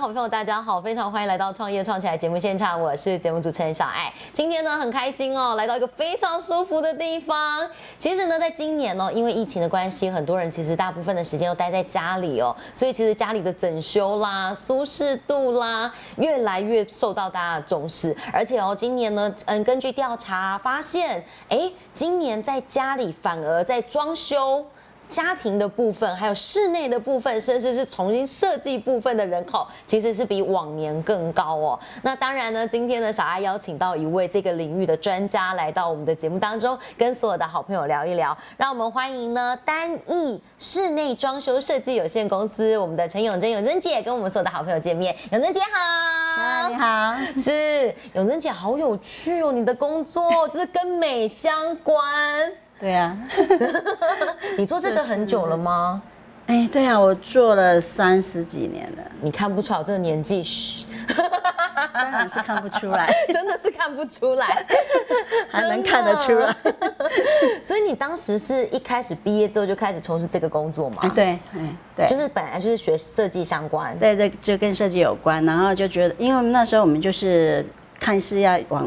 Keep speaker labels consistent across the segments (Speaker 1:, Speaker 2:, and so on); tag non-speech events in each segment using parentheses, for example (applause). Speaker 1: 好朋友，大家好，非常欢迎来到《创业创起来》节目现场，我是节目主持人小爱。今天呢，很开心哦，来到一个非常舒服的地方。其实呢，在今年呢、因为疫情的关系，很多人其实大部分的时间都待在家里哦，所以其实家里的整修啦、舒适度啦，越来越受到大家的重视。而且哦，今年呢，嗯，根据调查发现，哎，今年在家里反而在装修。家庭的部分，还有室内的部分，甚至是重新设计部分的人口，其实是比往年更高哦。那当然呢，今天呢，小爱邀请到一位这个领域的专家来到我们的节目当中，跟所有的好朋友聊一聊。让我们欢迎呢单翼室内装修设计有限公司我们的陈永贞永贞姐跟我们所有的好朋友见面。永贞姐好，
Speaker 2: 小
Speaker 1: 啊
Speaker 2: 爱你好，
Speaker 1: 是永贞姐好有趣哦，你的工作就是跟美相关。
Speaker 2: 对啊，
Speaker 1: 你做这个很久了吗？
Speaker 2: 哎，对啊，我做了三十几年
Speaker 1: (laughs)
Speaker 2: 了，
Speaker 1: 你看不出来我这个年纪，嘘， (laughs)
Speaker 2: 当然是看不出来，
Speaker 1: 真的是看不出来，
Speaker 2: (laughs) 还能看得出来。
Speaker 1: 真的。 (laughs) 所以你当时是一开始毕业之后就开始从事这个工作嘛？
Speaker 2: 哎，，对，哎，对，
Speaker 1: 就
Speaker 2: 就是
Speaker 1: 是本来就是学设计相关。
Speaker 2: 对对，就跟设计有关，然后就觉得，因为那时候我们就是看是要往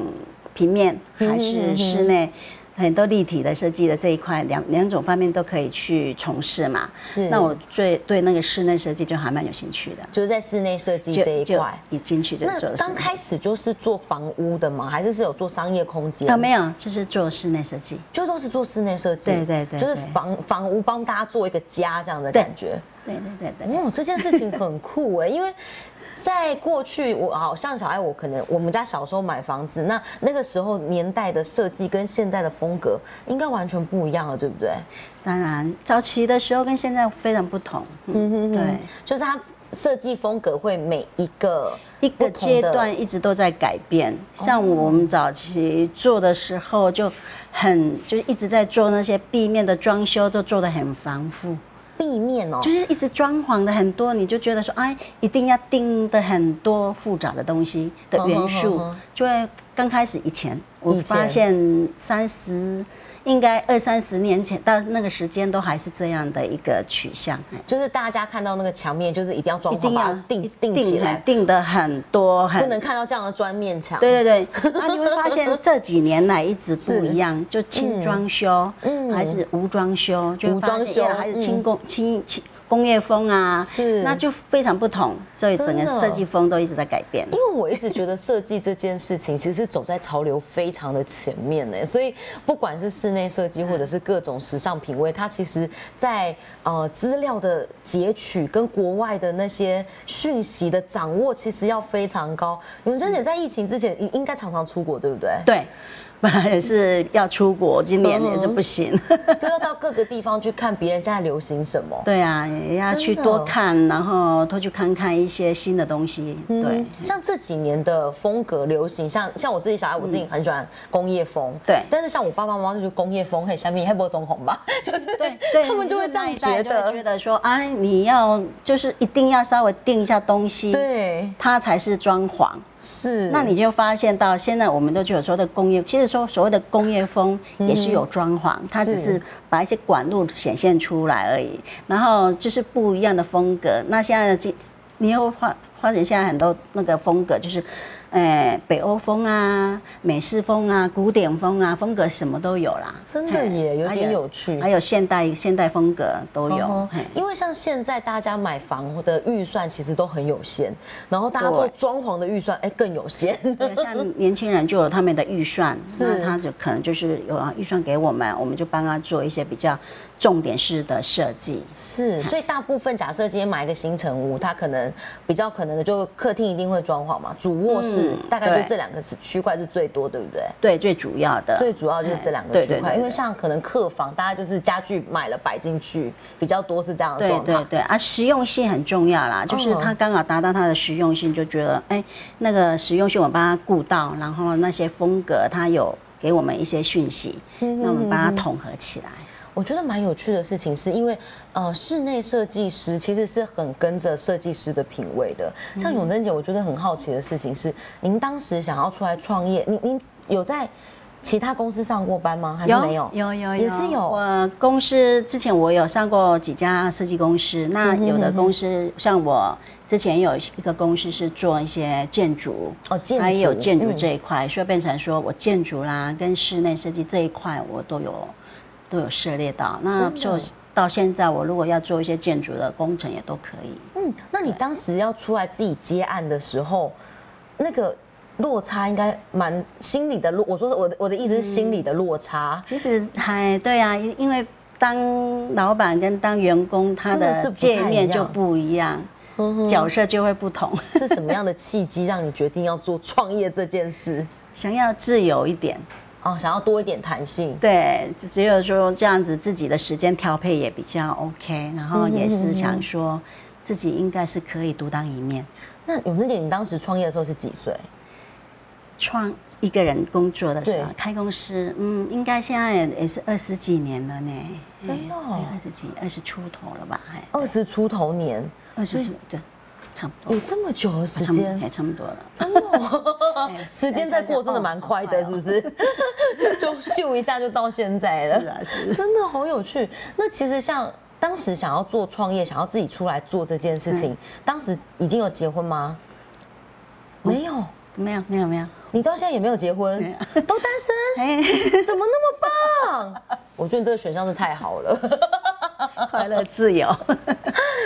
Speaker 2: 平面还
Speaker 1: 嗯嗯
Speaker 2: 是
Speaker 1: 嗯
Speaker 2: 室内。很多立体的设计的这一块，两两种方面都可以去从事嘛。
Speaker 1: 是
Speaker 2: 那我最对那个室内设计就还蛮有兴趣的，
Speaker 1: 就是在室内设计这一块。
Speaker 2: 一进去就做
Speaker 1: 那
Speaker 2: 了室内。
Speaker 1: 刚开始就是做房屋的吗？还是是有做商业空间？
Speaker 2: 啊、没有，就是做室内设计。
Speaker 1: 就都是做室内设计。
Speaker 2: 对对对
Speaker 1: 就是
Speaker 2: 对
Speaker 1: 房房屋帮大家做一个家这样的
Speaker 2: 对
Speaker 1: 感觉。
Speaker 2: 对对对对。
Speaker 1: 哦，这件事情很酷
Speaker 2: (laughs)
Speaker 1: 哎，因为。在过去，我好像小爱，我可能我们家小时候买房子，那那个时候年代的设计跟现在的风格应该完全不一样了，对不对？
Speaker 2: 当然，早期的时候跟现在非常不同。嗯，对，
Speaker 1: 就是它设计风格会每一个
Speaker 2: 一
Speaker 1: 不
Speaker 2: 个
Speaker 1: 同的哦
Speaker 2: 阶段一直都在改变。像我们早期做的时候，就很就是一直在做那些壁面的装修，都做得很繁复，
Speaker 1: 地面哦，
Speaker 2: 就是一直装潢的很多，你就觉得说，哎，一定要定的很多复杂的东西的元
Speaker 1: 嗯哼
Speaker 2: 素
Speaker 1: 哼哼，
Speaker 2: 就会刚开始以前，我
Speaker 1: 以前
Speaker 2: 发现三十。应该二三十年前到那个时间都还是这样的一个取向，哎
Speaker 1: 就是大家看到那个墙面，就是一定要装
Speaker 2: 一
Speaker 1: 潢
Speaker 2: 定嗯
Speaker 1: 把
Speaker 2: 要
Speaker 1: 它定定起来，
Speaker 2: 定的很多，
Speaker 1: 不
Speaker 2: 很
Speaker 1: 能看到这样的砖面墙。
Speaker 2: 对对
Speaker 1: (laughs)
Speaker 2: 对。那你会发现这几年来一直不一样，就轻装修，
Speaker 1: 嗯
Speaker 2: 还是无装修，就
Speaker 1: 无
Speaker 2: 会发
Speaker 1: 装
Speaker 2: 现
Speaker 1: 修
Speaker 2: 原来还是
Speaker 1: 嗯
Speaker 2: 轻工轻轻工业风啊，
Speaker 1: 是
Speaker 2: 那就非常不同，所以整
Speaker 1: 真
Speaker 2: 个
Speaker 1: 的哦
Speaker 2: 设计风都一直在改变
Speaker 1: 因。为我一直觉得设计这件事情其实走在潮流非常的前面呢， (laughs) 所以不管是室内设计或者是各种时尚品味，它其实在呃资料的截取跟国外的那些讯息的掌握，其实要非常高。永珍姐在疫情之前应应该常常出国，对不对？
Speaker 2: 对，本来也是要出国，今年也
Speaker 1: 嗯
Speaker 2: 是不行。 (laughs)
Speaker 1: 都要到各个地方去看别人现在流行什么。
Speaker 2: 对啊，也要
Speaker 1: 真
Speaker 2: 去
Speaker 1: 的哦
Speaker 2: 多看，然后多去看看一些新的东西。对
Speaker 1: 嗯，像这几年的风格流行，像像我自己小孩，我自己很喜欢工业风，
Speaker 2: 对
Speaker 1: 但是像我爸爸妈妈就觉得工业风很下面黑波中红吧，就是
Speaker 2: 对对，
Speaker 1: 他们就会这样觉
Speaker 2: 就会觉
Speaker 1: 得，
Speaker 2: 得说，哎，你要就是一定要稍微定一下东西，
Speaker 1: 对，
Speaker 2: 它才是装潢。
Speaker 1: 是。
Speaker 2: 那你就发现到现在，我们都就有说的工业，其实说所谓的工业风也是有装潢，它只
Speaker 1: 嗯是
Speaker 2: 是把一些管路显现出来而已。然后就是不一样的风格。那现在的这，你又发发现现在很多那个风格就是。哎，北欧风啊，美式风啊，古典风啊，风格什么都有啦。
Speaker 1: 真的
Speaker 2: 嘿
Speaker 1: 耶有
Speaker 2: 还
Speaker 1: 点有趣
Speaker 2: 还有现代现代风格都有
Speaker 1: 哦。
Speaker 2: 嘿
Speaker 1: 因为像现在大家买房的预算其实都很有限，然后大家
Speaker 2: 对
Speaker 1: 做装潢的预算哎更有限，
Speaker 2: (laughs) 对，像年轻人就有他们的预算，那他就可能就是有啊预算给我们，我们就帮他做一些比较重点式的设计。
Speaker 1: 是， (laughs) 所以大部分假设今天买一个新城屋，它可能比较可能的就客厅一定会装潢嘛，主卧室、
Speaker 2: 嗯
Speaker 1: 大概就
Speaker 2: 对
Speaker 1: 这两个是区块是最多，对不对？
Speaker 2: 对，最主要的。哎
Speaker 1: 最主要就是这两个
Speaker 2: 对
Speaker 1: 区
Speaker 2: 对
Speaker 1: 块，
Speaker 2: 对
Speaker 1: 因为
Speaker 2: 对
Speaker 1: 像可能客房，大家就是家具买了摆进去比较多是这样的
Speaker 2: 对
Speaker 1: 状
Speaker 2: 对
Speaker 1: 态。
Speaker 2: 对啊，实用性很重要啦，就是
Speaker 1: 嗯
Speaker 2: 他刚好达到他的实用性，就觉得哎，那个实用性我帮他顾到，然后那些风格他有给我们一些讯息，
Speaker 1: 嗯
Speaker 2: 那我们帮他统合起来。
Speaker 1: 我觉得蛮有趣的事情，是因为呃，室内设计师其实是很跟着设计师的品味的。像永贞姐，我觉得很好奇的事情是，您当时想要出来创业，您您有在其他公司上过班吗？还是没有？
Speaker 2: 有有有
Speaker 1: 也是有
Speaker 2: 我公司之前我有上过几家设计公司，那
Speaker 1: 嗯哼
Speaker 2: 有的
Speaker 1: 嗯哼
Speaker 2: 公司像我之前有一个公司是做一些建筑，
Speaker 1: 哦，建筑
Speaker 2: 还有建筑
Speaker 1: 嗯
Speaker 2: 这一块，所以变成说我建筑啦跟室内设计这一块我都有都有涉猎到。那
Speaker 1: 真的
Speaker 2: 就到现在，我如果要做一些建筑的工程也都可以。
Speaker 1: 嗯，那你当时要出来自己接案的时候，那个落差应该蛮心理的落。我说我的我的意思是心理的落差，
Speaker 2: 其实还对啊，因因为当老板跟当员工他
Speaker 1: 真的是
Speaker 2: 的
Speaker 1: 不太
Speaker 2: 界
Speaker 1: 一
Speaker 2: 面
Speaker 1: 样
Speaker 2: 就不一样，
Speaker 1: 嗯
Speaker 2: 角色就会不同。
Speaker 1: 是什么样的契机让你决定要做创业这件事？
Speaker 2: 想要自由一点，
Speaker 1: 哦，想要多一点弹性。
Speaker 2: 对，只只有说这样子自己的时间调配也比较 OK，然后
Speaker 1: 嗯
Speaker 2: 也
Speaker 1: 嗯嗯
Speaker 2: 是
Speaker 1: 嗯
Speaker 2: 想说自己应该是可以独当一面，
Speaker 1: 那永贞姐，你当时创业的时候是几岁？
Speaker 2: 创一个人工作的时候
Speaker 1: 对，
Speaker 2: 开公司，嗯，应该现在也也是二十几年了呢，
Speaker 1: 真的哦
Speaker 2: 哎对二十几，二十出头了吧，还
Speaker 1: 二十出头年，
Speaker 2: 二十出，对，差不多，
Speaker 1: 有这么久的时
Speaker 2: 差不多，
Speaker 1: 间，
Speaker 2: 还差不多了。
Speaker 1: 真的
Speaker 2: (laughs)
Speaker 1: 哦、
Speaker 2: 哎
Speaker 1: 时间在过真的蛮快的，
Speaker 2: 哎
Speaker 1: 是
Speaker 2: 真
Speaker 1: 不
Speaker 2: 的
Speaker 1: 是？ (laughs) 就咻一下就到现在了。
Speaker 2: (laughs) 是啊，是。
Speaker 1: 真的好有趣。那其实像当时想要做创业，想要自己出来做这件事情，
Speaker 2: 嗯
Speaker 1: 当时已经有结婚吗？没有，
Speaker 2: 没有，没有，没有。
Speaker 1: 你到现在也没有结婚
Speaker 2: 嗯没，
Speaker 1: 都单身，
Speaker 2: 哎，
Speaker 1: 怎么那么棒？ (laughs) 我觉得你这个选项是太好了，
Speaker 2: 快乐
Speaker 1: (laughs)
Speaker 2: 自由。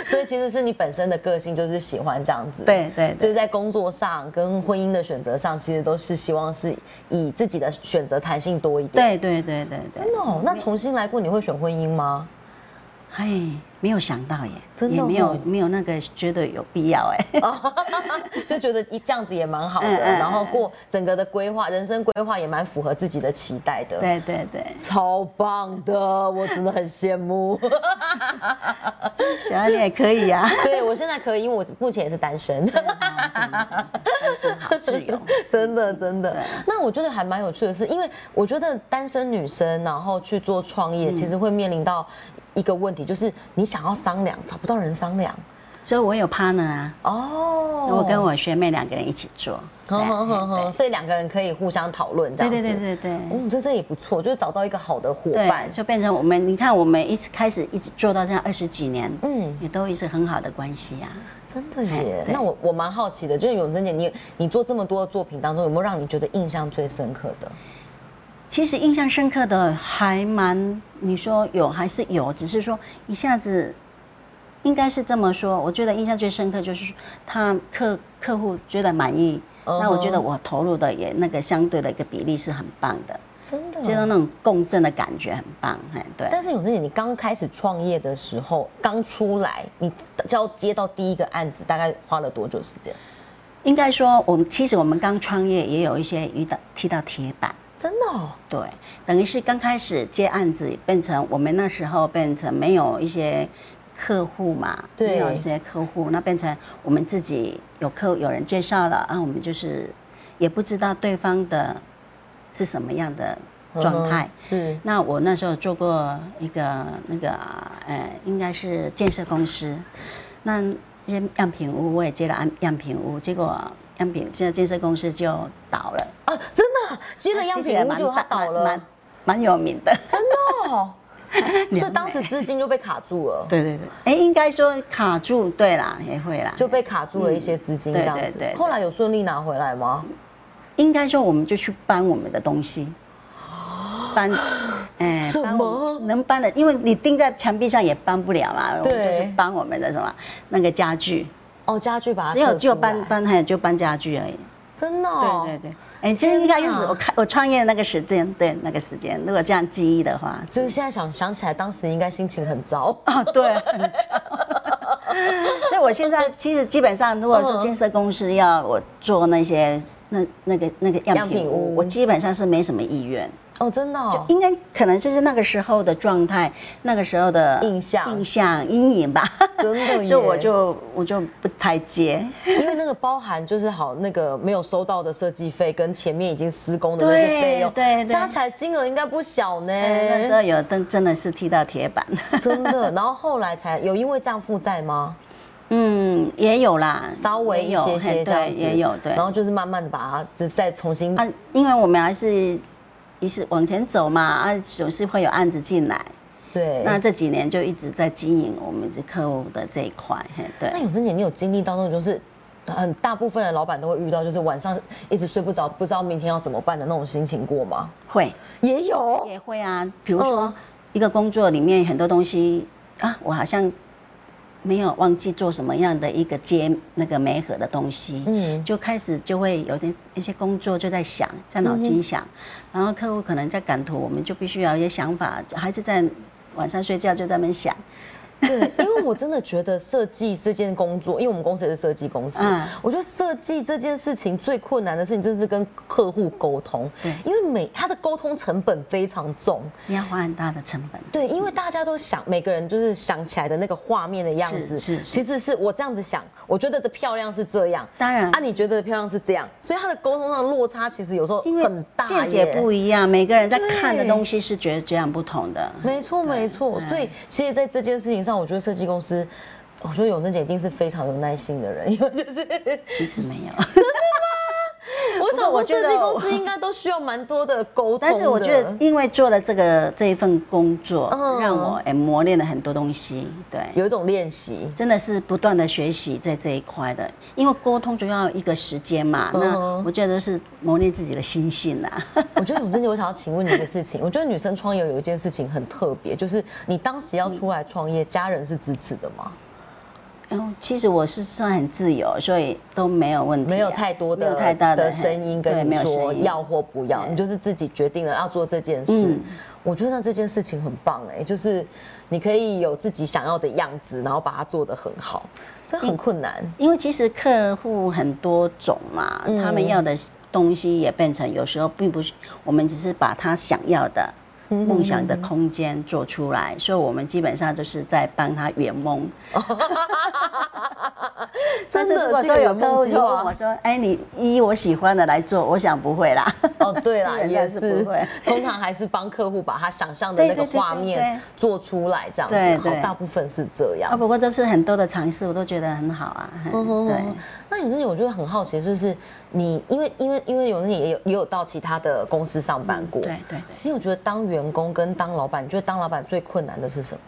Speaker 1: 所以其实是你本身的个性就是喜欢这样子，，
Speaker 2: 对对
Speaker 1: 就
Speaker 2: 对
Speaker 1: 是在工作上跟婚姻的选择上，其实都是希望是以自己的选择弹性多一点。
Speaker 2: 对对对对对。
Speaker 1: 真的哦，那重新来过你会选婚姻吗？ (laughs)
Speaker 2: 哎，没有想到耶，
Speaker 1: 真的
Speaker 2: 也没有
Speaker 1: 哦
Speaker 2: 没有那个觉得有必要哎。
Speaker 1: 就觉得一这样子也蛮好的，啊
Speaker 2: 嗯嗯嗯
Speaker 1: 然后过整个的规划，人生规划也蛮符合自己的期待的。。
Speaker 2: 对对对，
Speaker 1: 超棒的，我真的很羡
Speaker 2: (laughs)
Speaker 1: 慕。
Speaker 2: 小安你也可以啊
Speaker 1: (laughs)
Speaker 2: 呀、
Speaker 1: 对我现在可以，因为我目前也是单身，
Speaker 2: 啊。对对对对单身好自由。
Speaker 1: (laughs) 真的真的
Speaker 2: 对。
Speaker 1: 那我觉得还蛮有趣的是，因为我觉得单身女生然后去做创
Speaker 2: 嗯
Speaker 1: 业，其实会面临到一个问题，就是你想要商量，找不到人商量。
Speaker 2: 所以我有 partner 啊，
Speaker 1: 哦，
Speaker 2: 我跟我学妹两个人一起做。对
Speaker 1: 哼
Speaker 2: 啊
Speaker 1: 哼哼哼，
Speaker 2: 嘿
Speaker 1: 所以两个人可以互相讨论这
Speaker 2: 对
Speaker 1: 样子。
Speaker 2: 对对对对对。
Speaker 1: 嗯，这这也不错，就是找到一个好的伙伴
Speaker 2: 对，。就变成我们，你看我们一直开始一直做到这样二十几年，
Speaker 1: 嗯，
Speaker 2: 也都一直很好的关系啊。
Speaker 1: 真的耶
Speaker 2: 哎。对
Speaker 1: 那我我蛮好奇的，就是永贞姐，你你做这么多的作品当中，有没有让你觉得印象最深刻的？
Speaker 2: 其实印象深刻的还蛮，你说有还是有，只是说一下子，应该是这么说。我觉得印象最深刻就是他客客户觉得满意，
Speaker 1: 嗯哼
Speaker 2: 那我觉得我投入的也那个相对的一个比例是很棒的，
Speaker 1: 真的
Speaker 2: 觉得那种共振的感觉很棒，哎，对。
Speaker 1: 但是永贞姐，你刚开始创业的时候，刚出来，你就要接到第一个案子，大概花了多久时间？
Speaker 2: 应该说，我们其实我们刚创业也有一些遇到踢到铁板，
Speaker 1: 真的、哦，
Speaker 2: 对，等于是刚开始接案子，变成我们那时候变成没有一些客户嘛，
Speaker 1: 对
Speaker 2: 没有一些客户，那变成我们自己有客有人介绍了，然后我们就是也不知道对方的是什么样的状
Speaker 1: 嗯
Speaker 2: 态。
Speaker 1: 哼是
Speaker 2: 那我那时候做过一个那个呃，应该是建设公司，那样样品屋我也接了样样品屋，结果样品这建设公司就倒了。
Speaker 1: 啊，真的接了
Speaker 2: 那
Speaker 1: 样
Speaker 2: 其实也
Speaker 1: 品屋
Speaker 2: 蛮
Speaker 1: 就它倒
Speaker 2: 大蛮
Speaker 1: 了
Speaker 2: 蛮，蛮有名的。
Speaker 1: 真的、哦，所以
Speaker 2: 两
Speaker 1: 当时资金就被卡住了，
Speaker 2: (laughs) 对对对，哎，应该说卡住，对啦，也会啦，
Speaker 1: 就被卡住了一些资金
Speaker 2: 嗯
Speaker 1: 这
Speaker 2: 对
Speaker 1: 样
Speaker 2: 对
Speaker 1: 子
Speaker 2: 对。对
Speaker 1: 后来有顺利拿回来吗？
Speaker 2: 应该说我们就去搬我们的东西，搬， (gasps) 哎
Speaker 1: 什么
Speaker 2: 搬我们能搬的？因为你钉在墙壁上也搬不了嘛，我们
Speaker 1: 对
Speaker 2: 就是搬我们的什么那个家具，
Speaker 1: 哦，家具把它
Speaker 2: 只有
Speaker 1: 撤
Speaker 2: 就
Speaker 1: 出
Speaker 2: 搬
Speaker 1: 来，
Speaker 2: 搬还有就搬家具而已。
Speaker 1: 真的、哦，
Speaker 2: 对对对。哎，这应该就是我开我创业的那个时间，对那个时间，如果这样记忆的话，
Speaker 1: 就是现在想想起来，当时应该心情很糟。
Speaker 2: 啊，对，很长。
Speaker 1: (laughs)
Speaker 2: 所以我现在其实基本上，如果说
Speaker 1: 嗯
Speaker 2: 建设公司要我做那些那那个那个
Speaker 1: 样
Speaker 2: 样
Speaker 1: 品
Speaker 2: 品
Speaker 1: 屋
Speaker 2: 屋，我基本上是没什么意愿，
Speaker 1: 哦，真的、哦，
Speaker 2: 应该可能就是那个时候的状态，那个时候的
Speaker 1: 印象
Speaker 2: 印象、阴影吧。
Speaker 1: 真的耶
Speaker 2: 所以我就我就不太接，
Speaker 1: 因为那个包含就是好那个没有收到的设计费跟前面已经施工的那些费用，
Speaker 2: 对对对
Speaker 1: 加起来金额应该不小呢。
Speaker 2: 嗯那时候有真真的是踢到铁板。
Speaker 1: (laughs) 真的，然后后来才有因为这样负债吗？
Speaker 2: 嗯，也有啦，
Speaker 1: 稍微
Speaker 2: 也
Speaker 1: 一
Speaker 2: 有
Speaker 1: 些
Speaker 2: 嘿
Speaker 1: 些这样
Speaker 2: 对，
Speaker 1: 子
Speaker 2: 也有对。啊
Speaker 1: 然后就是慢慢的把它就再重新
Speaker 2: 啊，因为我们还是一是往前走嘛，啊，总是会有案子进来。
Speaker 1: 对，
Speaker 2: 那这几年就一直在经营我们这客户的这一块，嘿，
Speaker 1: 那
Speaker 2: 对，
Speaker 1: 永生姐，你有经历到那种就是很大部分的老板都会遇到，就是晚上一直睡不着，不知道明天要怎么办的那种心情过吗？
Speaker 2: 会
Speaker 1: 也有，
Speaker 2: 也会啊。比如说
Speaker 1: 嗯
Speaker 2: 一个工作里面很多东西啊，我好像没有忘记做什么样的一个接那个媒合的东西，
Speaker 1: 嗯，
Speaker 2: 就开始就会有点一些工作就在想，在脑筋
Speaker 1: 嗯
Speaker 2: 想，然后客户可能在赶图，我们就必须要有一些想法，还是在晚上睡觉就在那边想，
Speaker 1: 对，因为我真的觉得设计这件工作，因为我们公司也是设计公司，
Speaker 2: 嗯
Speaker 1: 我觉得设计这件事情最困难的事情就是跟客户沟通
Speaker 2: 对，
Speaker 1: 因为每他的沟通成本非常重，
Speaker 2: 你要花很大的成本。
Speaker 1: 对，因为大家都想，每个人就是想起来的那个画面的样子，
Speaker 2: 是是是
Speaker 1: 其实是我这样子想，我觉得的漂亮是这样，
Speaker 2: 当然
Speaker 1: 啊，你觉得的漂亮是这样，所以它的沟通上的落差其实有时候
Speaker 2: 因为
Speaker 1: 很大
Speaker 2: 见解
Speaker 1: 耶
Speaker 2: 不一样，每个人在
Speaker 1: 对
Speaker 2: 看的东西是觉得截然不同的。
Speaker 1: 没错，没错。所以，其实，在这件事情上，我觉得设计公司，我觉得永贞姐一定是非常有耐心的人，因为就是，
Speaker 2: 其实没
Speaker 1: (laughs)
Speaker 2: 有，
Speaker 1: 我哦想说，
Speaker 2: 我觉
Speaker 1: 设
Speaker 2: 得
Speaker 1: 计公司应该都需要蛮多的沟通的
Speaker 2: 但是我觉得，因为做了这个这一份工作，
Speaker 1: 嗯
Speaker 2: 让我哎磨练了很多东西。对，
Speaker 1: 有一种练习， (laughs)
Speaker 2: 真的是不断的学习在这一块的，因为沟通主要一个时间嘛。
Speaker 1: 嗯
Speaker 2: 那我觉得是磨练自己的心性啊啦。
Speaker 1: 我觉得永贞姐，我想要请问你一个事情。我觉得女生创业有一件事情很特别，就是你当时要出来创业，家人是支持的吗？
Speaker 2: (laughs) 然后其实我是算很自由，所以都没有问题啊、
Speaker 1: 没有太多的
Speaker 2: 没有太大的
Speaker 1: 的声音跟
Speaker 2: 对
Speaker 1: 你
Speaker 2: 没有
Speaker 1: 说
Speaker 2: 声音
Speaker 1: 要或不要，
Speaker 2: 对
Speaker 1: 你就是自己决定了要做这件事
Speaker 2: 嗯。
Speaker 1: 我觉得那这件事情很棒哎，就是你可以有自己想要的样子，然后把它做得很好，这很困难。
Speaker 2: 因为其实客户很多种嘛，
Speaker 1: 嗯
Speaker 2: 他们要的东西也变成有时候并不是我们只是把他想要的梦想的空间做出来，所以我们基本上就是在帮他圆 (laughs) 梦。但是如果说有客户就问我。说：“哎，你依我喜欢的来做，我想不会啦。 (laughs)
Speaker 1: 哦，对啦，
Speaker 2: 基本
Speaker 1: 也
Speaker 2: 上是
Speaker 1: 是
Speaker 2: 不 (laughs) 会，
Speaker 1: 通常还是帮客户把他想象的那个
Speaker 2: 对对对对
Speaker 1: 画面
Speaker 2: 对
Speaker 1: 做出来，这样子，
Speaker 2: 对
Speaker 1: 好
Speaker 2: 对，
Speaker 1: 大部分是这样
Speaker 2: 啊，。不过都是很多的尝试，我都觉得很好啊。嗯、对，
Speaker 1: 那有自己我觉得很好奇，就是你因为因为因为有自己也有也有到其他的公司上班过，
Speaker 2: 嗯对对对。
Speaker 1: 你有觉得当员工跟当老板，你觉得当老板最困难的是什么？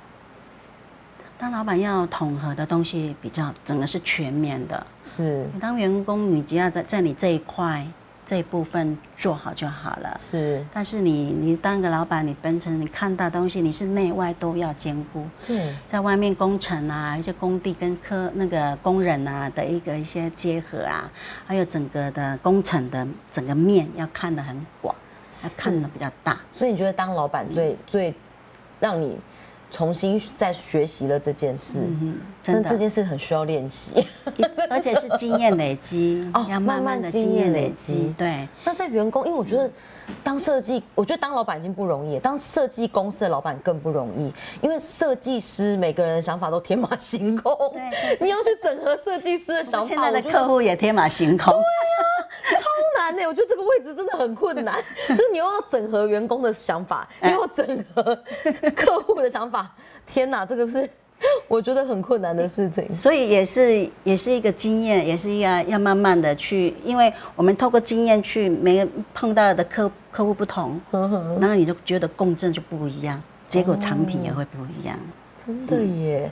Speaker 2: 当老板要统合的东西比较整个是全面的，
Speaker 1: 是
Speaker 2: 你当员工，你只要在在你这一块这一部分做好就好了。
Speaker 1: 是，
Speaker 2: 但是你你当个老板，你本身你看到的东西，你是内外都要兼顾，
Speaker 1: 对，
Speaker 2: 在外面工程啊，一些工地跟科那个工人啊的一个一些结合啊，还有整个的工程的整个面要看得很广，要看得比较大。
Speaker 1: 所以你觉得当老板
Speaker 2: 嗯
Speaker 1: 最、最让你重新再学习了这件事，
Speaker 2: 嗯，
Speaker 1: 但
Speaker 2: 真
Speaker 1: 这
Speaker 2: 的，
Speaker 1: 件事很需要练习。
Speaker 2: 而且是经验累积
Speaker 1: 哦，
Speaker 2: 要
Speaker 1: 慢
Speaker 2: 慢慢
Speaker 1: 慢
Speaker 2: 的
Speaker 1: 经
Speaker 2: 经
Speaker 1: 验
Speaker 2: 验
Speaker 1: 累
Speaker 2: 累
Speaker 1: 积
Speaker 2: 积，对。
Speaker 1: 那在员工，因为我觉得当设计，我觉得当老板已经不容易了，当设计公司的老板更不容易，因为设计师每个人的想法都天马行空
Speaker 2: 对对，
Speaker 1: 你要去整合设计师的想
Speaker 2: 现
Speaker 1: 法，
Speaker 2: 在
Speaker 1: 我
Speaker 2: 的
Speaker 1: 觉
Speaker 2: 客
Speaker 1: 得
Speaker 2: 户也天马行空，
Speaker 1: 超难呢、欸我觉得这个位置真的很困
Speaker 2: (laughs)
Speaker 1: 难，就是你又要整合员工的想法，
Speaker 2: 哎
Speaker 1: 又要整合客户的想法，天哪，这个是我觉得很困难的事情。
Speaker 2: 所以也是也是一个经验，也是要要慢慢的去，因为我们透过经验去每个碰到的客客户不同，然后你就觉得共振就不一样，结果产品也会不一样。
Speaker 1: 真的耶！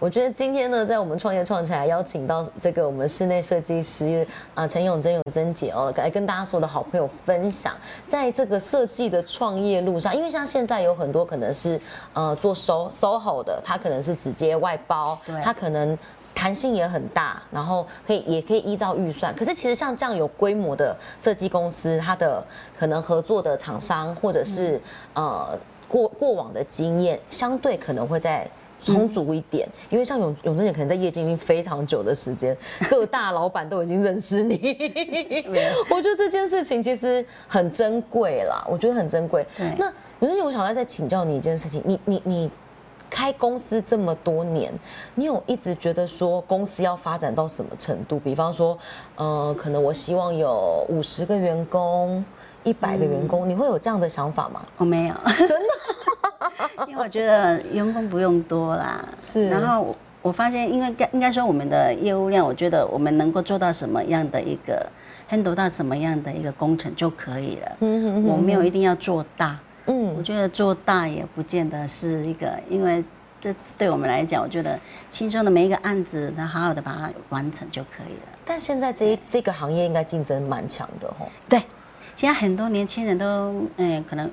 Speaker 1: 我觉得今天呢，在我们创业创起来，邀请到这个我们室内设计师啊、陈永贞永贞姐哦，来跟大家说的好朋友分享，在这个设计的创业路上，因为像现在有很多可能是呃做 so soho 的，他可能是直接外包
Speaker 2: 对，
Speaker 1: 他可能。弹性也很大，然后可以也可以依照预算。可是其实像这样有规模的设计公司，它的可能合作的厂商或者是、呃过过往的经验，相对可能会在。充足一点，因为像永永贞姐可能在业界已经非常久的时间，各大老板都已经认识你。我觉得这件事情其实很珍贵啦，我觉得很珍贵
Speaker 2: 对。
Speaker 1: 那永贞姐，我想要再请教你一件事情，你你你开公司这么多年，你有一直觉得说公司要发展到什么程度？比方说，呃，可能我希望有五十个员工、一百个员工，你会有这样的想法吗？
Speaker 2: 我哦没有， (laughs) 真的，因为我觉得员工不用多啦，
Speaker 1: 是
Speaker 2: 然后我。我发现，因为该应该说我们的业务量，我觉得我们能够做到什么样的一个 handle 到什么样的一个工程就可以了。我没有一定要做大，我
Speaker 1: 嗯，
Speaker 2: 觉得做大也不见得是一个，因为这对我们来讲，我觉得轻松的每一个案子，那好好的把它完成就可以了。
Speaker 1: 但现在这一这个行业应该竞争蛮强的吼。
Speaker 2: 对，现在很多年轻人都，嗯、可能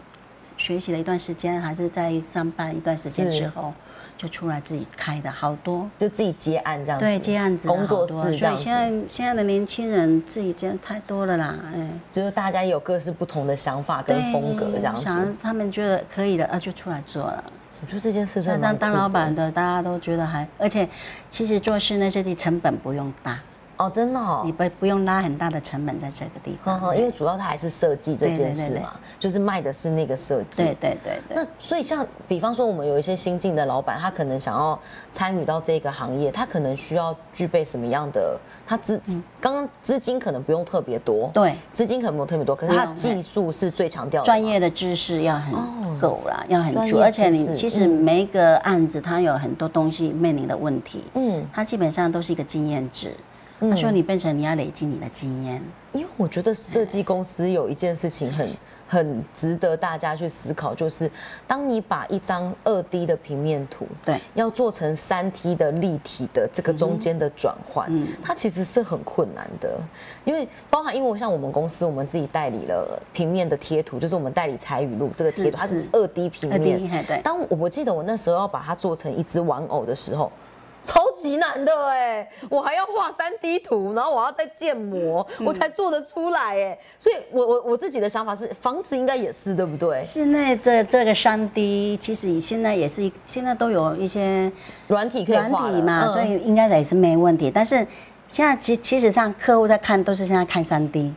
Speaker 2: 学习了一段时间，还是在上班一段时间
Speaker 1: 是
Speaker 2: 之后，就出来自己开的好多。
Speaker 1: 就自己接案这样子，
Speaker 2: 对，接案子的啊
Speaker 1: 工作
Speaker 2: 好多
Speaker 1: 室这
Speaker 2: 所
Speaker 1: 样
Speaker 2: 以
Speaker 1: 子
Speaker 2: 现，在现在的年轻人自己接太多了啦，哎，
Speaker 1: 就是大家有各式不同的想法跟风格
Speaker 2: 对
Speaker 1: 这样子。
Speaker 2: 想他们觉得可以了，啊，就出来做了。
Speaker 1: 我觉得这件事
Speaker 2: 像
Speaker 1: 真
Speaker 2: 这
Speaker 1: 的
Speaker 2: 样
Speaker 1: 蛮
Speaker 2: 当
Speaker 1: 酷
Speaker 2: 老板
Speaker 1: 的
Speaker 2: 的，大家都觉得还，而且其实做室内设计成本不用大，
Speaker 1: 哦，真的哦
Speaker 2: 你。不不用拉很大的成本在这个地
Speaker 1: 呵
Speaker 2: 方。
Speaker 1: 呵，因为主要它还是设计这件事
Speaker 2: 对对对
Speaker 1: 嘛，就是卖的是那个设计。
Speaker 2: 对对对对，
Speaker 1: 那所以像比方说，我们有一些新进的老板，他可能想要参与到这个行业，他可能需要具备什么样的？他资
Speaker 2: 嗯
Speaker 1: 刚刚资金可能不用特别多，
Speaker 2: 对
Speaker 1: 资金可能没有特别多，可是
Speaker 2: 不
Speaker 1: 他
Speaker 2: 用
Speaker 1: 技术是最强调的嘛，
Speaker 2: 专业的知识要很够啦，要很足，
Speaker 1: 专业
Speaker 2: 而
Speaker 1: 知识
Speaker 2: 且你其实
Speaker 1: 嗯
Speaker 2: 每一个案子它有很多东西面临的问题，
Speaker 1: 嗯，
Speaker 2: 它基本上都是一个经验值。他说你变成你要累积你的经验，
Speaker 1: 因为我觉得设计公司有一件事情很很值得大家去思考，就是当你把一张二 D 的平面图，
Speaker 2: 对，
Speaker 1: 要做成三 T 的立体的这个中间的转换，
Speaker 2: 嗯
Speaker 1: 它其实是很困难的，因为包含因为像我们公司，我们自己代理了平面的贴图，就是我们代理柴语录这个贴图，
Speaker 2: 是
Speaker 1: 它是
Speaker 2: 是
Speaker 1: 二 D 平
Speaker 2: 很厉
Speaker 1: 面。
Speaker 2: 害，对。
Speaker 1: 当我我记得我那时候要把它做成一只玩偶的时候。超级难的哎、我还要画三 D 图，然后我要再建模，
Speaker 2: 嗯
Speaker 1: 我才做得出来哎、所以我我我自己的想法是，房子应该也是对不对？
Speaker 2: 室内的这个三 D，其实现在也是现在都有一些
Speaker 1: 软体可以
Speaker 2: 软
Speaker 1: 画
Speaker 2: 体
Speaker 1: 了
Speaker 2: 嘛，
Speaker 1: 嗯
Speaker 2: 所以应该也是没问题。但是现在其其实上客户在看都是现在看三
Speaker 1: (laughs)
Speaker 2: D，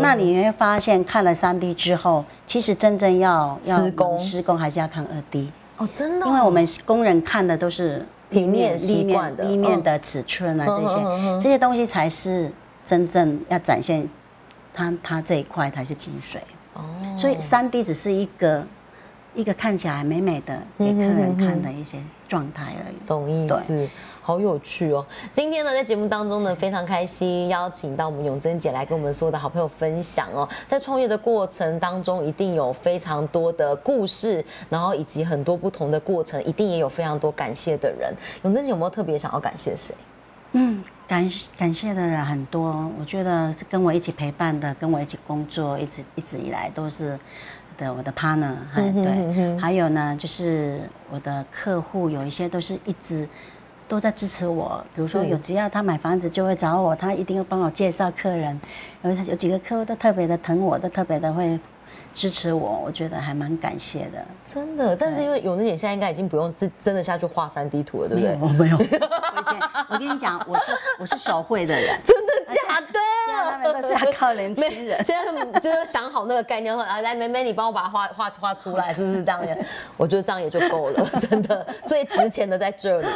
Speaker 2: 那你会发现看了三 D 之后，其实真正要要
Speaker 1: 施工
Speaker 2: 施工还是要看二 D，
Speaker 1: 哦，真的哦、
Speaker 2: 因为我们工人看的都是
Speaker 1: 平面
Speaker 2: 立
Speaker 1: 习惯
Speaker 2: 面
Speaker 1: 的
Speaker 2: 立
Speaker 1: 嗯
Speaker 2: 面的尺寸啊这些
Speaker 1: 嗯嗯 (laughs) 嗯嗯
Speaker 2: 这些东西才是真正要展现它它这一块才是精髓。
Speaker 1: 哦
Speaker 2: 所以三 D 只是一个一个看起来美美的
Speaker 1: 嗯
Speaker 2: 给客人看的一些状态而已。
Speaker 1: 懂意思
Speaker 2: 对，
Speaker 1: 好有趣哦！今天呢，在节目当中呢，非常开心邀请到我们永贞姐来跟我们所有的好朋友分享哦，在创业的过程当中，一定有非常多的故事，然后以及很多不同的过程，一定也有非常多感谢的人。永贞姐有没有特别想要感谢谁？
Speaker 2: 嗯，感感谢的人很多，我觉得是跟我一起陪伴的，跟我一起工作，一直一直以来都是的我的 partner，哎，
Speaker 1: 嗯
Speaker 2: 对，还有呢，就是我的客户有一些都是一直。都在支持我，比如说
Speaker 1: 是
Speaker 2: 有只要他买房子就会找我，他一定要帮我介绍客人，有有几个客户都特别的疼我，都特别的会支持我，我觉得还蛮感谢的。
Speaker 1: 真的，但是因为永贞姐现在应该已经不用自真的下去画三 D 图了，对不
Speaker 2: 没有
Speaker 1: 对，？
Speaker 2: 我没有。我以前我跟你讲，我是我是手绘
Speaker 1: (laughs)
Speaker 2: 的人，
Speaker 1: 真的假
Speaker 2: (laughs)
Speaker 1: 的？
Speaker 2: 他啊们都是要靠年
Speaker 1: 没。
Speaker 2: 轻人
Speaker 1: 现在就是想好那个概念，说啊，来梅梅，你帮我把它画画画出
Speaker 2: (laughs)
Speaker 1: 来，是不是这样的？我觉得这样也就够了， (laughs) 真的，最值钱的在这
Speaker 2: (laughs)
Speaker 1: 里，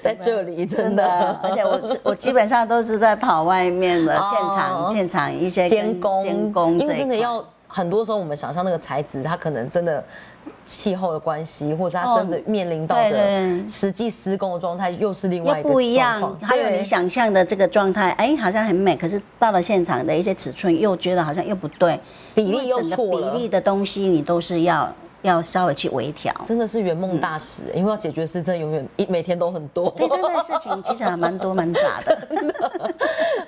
Speaker 1: 在这里，真
Speaker 2: 真的，而
Speaker 1: 的。
Speaker 2: 且我 (laughs) 是我基本上都是在跑外面的
Speaker 1: 哦
Speaker 2: 现场，现场一
Speaker 1: (laughs)
Speaker 2: 些跟
Speaker 1: 监工，
Speaker 2: 监工
Speaker 1: 因
Speaker 2: 这一块，
Speaker 1: 为真的要很多时候，我们想象那个材质，它可能真的气候的关系，或者它真的面临到
Speaker 2: 哦对对
Speaker 1: 的
Speaker 2: 对
Speaker 1: 实际施工的状态，又是另
Speaker 2: 又
Speaker 1: 外一个
Speaker 2: 不一
Speaker 1: 状
Speaker 2: 样
Speaker 1: 况。
Speaker 2: 还有
Speaker 1: 对
Speaker 2: 你想象的这个状态，哎，好像很美，可是到了现场的一些尺寸又觉得好像又不对，
Speaker 1: 比例又
Speaker 2: 因为整个
Speaker 1: 错了
Speaker 2: 比例的东西你都是要要稍微去微调。
Speaker 1: 真的是圆梦大使，因为要解决的事真的永远一每天都很多。
Speaker 2: 嗯对，但那个事情其实还蛮多蛮杂的。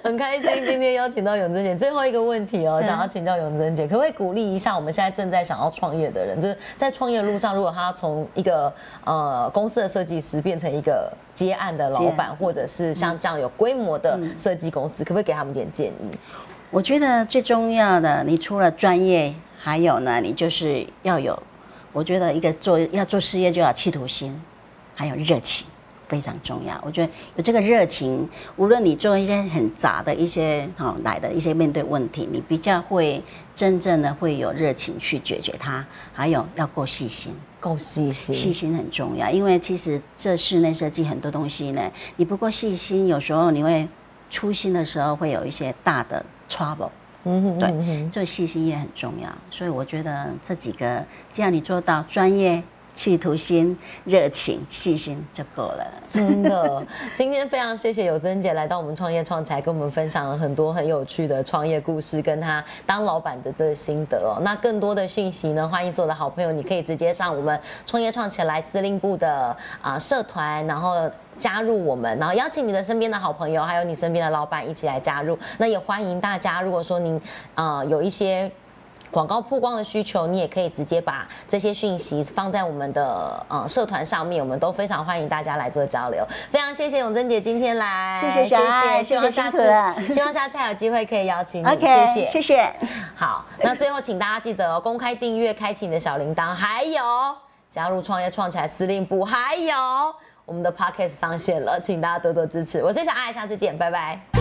Speaker 1: 很开心今天邀请到永贞姐。最后一个问题哦，想要请教永贞姐，可不可以鼓励一下我们现在正在想要创业的人，就是在创业路上，如果他从一个呃公司的设计师变成一个接案的老
Speaker 2: 接
Speaker 1: 板，或者是像这样有规模的设计公司，可不可以给他们点建议？
Speaker 2: 我觉得最重要的，你除了专业，还有呢，你就是要有，我觉得一个做要做事业就要有企图心，还有热情，非常重要。我觉得有这个热情，无论你做一些很杂的一些哦来的一些面对问题，你比较会真正的会有热情去解决它，还有要够细心。
Speaker 1: 够细
Speaker 2: 细
Speaker 1: 心，
Speaker 2: 心很重要，因为其实这室内设计很多东西呢，你不够细心，有时候你会粗心的时候会有一些大的 trouble。
Speaker 1: 嗯哼
Speaker 2: 对，这个细心也很重要。所以我觉得这几个，既然你做到专业、企图心、热情、细心就够了。
Speaker 1: 真的， (laughs) 今天非常谢谢有珍姐来到我们创业创起来，跟我们分享了很多很有趣的创业故事，跟她当老板的这个心得哦。那更多的讯息呢，欢迎所有的好朋友，你可以直接上我们创业创起来司令部的啊、社团，然后。加入我们，然后邀请你的身边的好朋友，还有你身边的老板一起来加入。那也欢迎大家，如果说您啊、呃有一些广告曝光的需求，你也可以直接把这些讯息放在我们的呃社团上面，我们都非常欢迎大家来做交流。非常谢谢永珍姐今天来，
Speaker 2: 谢谢小爱
Speaker 1: 希望
Speaker 2: 谢谢
Speaker 1: 下
Speaker 2: 辛苦了 (laughs)
Speaker 1: 次希望下次还有机会可以邀请你
Speaker 2: OK，
Speaker 1: 嗯谢谢
Speaker 2: 谢。谢，
Speaker 1: 好，那最后请大家记得哦，公开订阅，开启你的小铃铛，还有加入创业创起来司令部，还有我们的 Podcast 上线了，请大家多多支持。我是小爱，下次见，拜拜。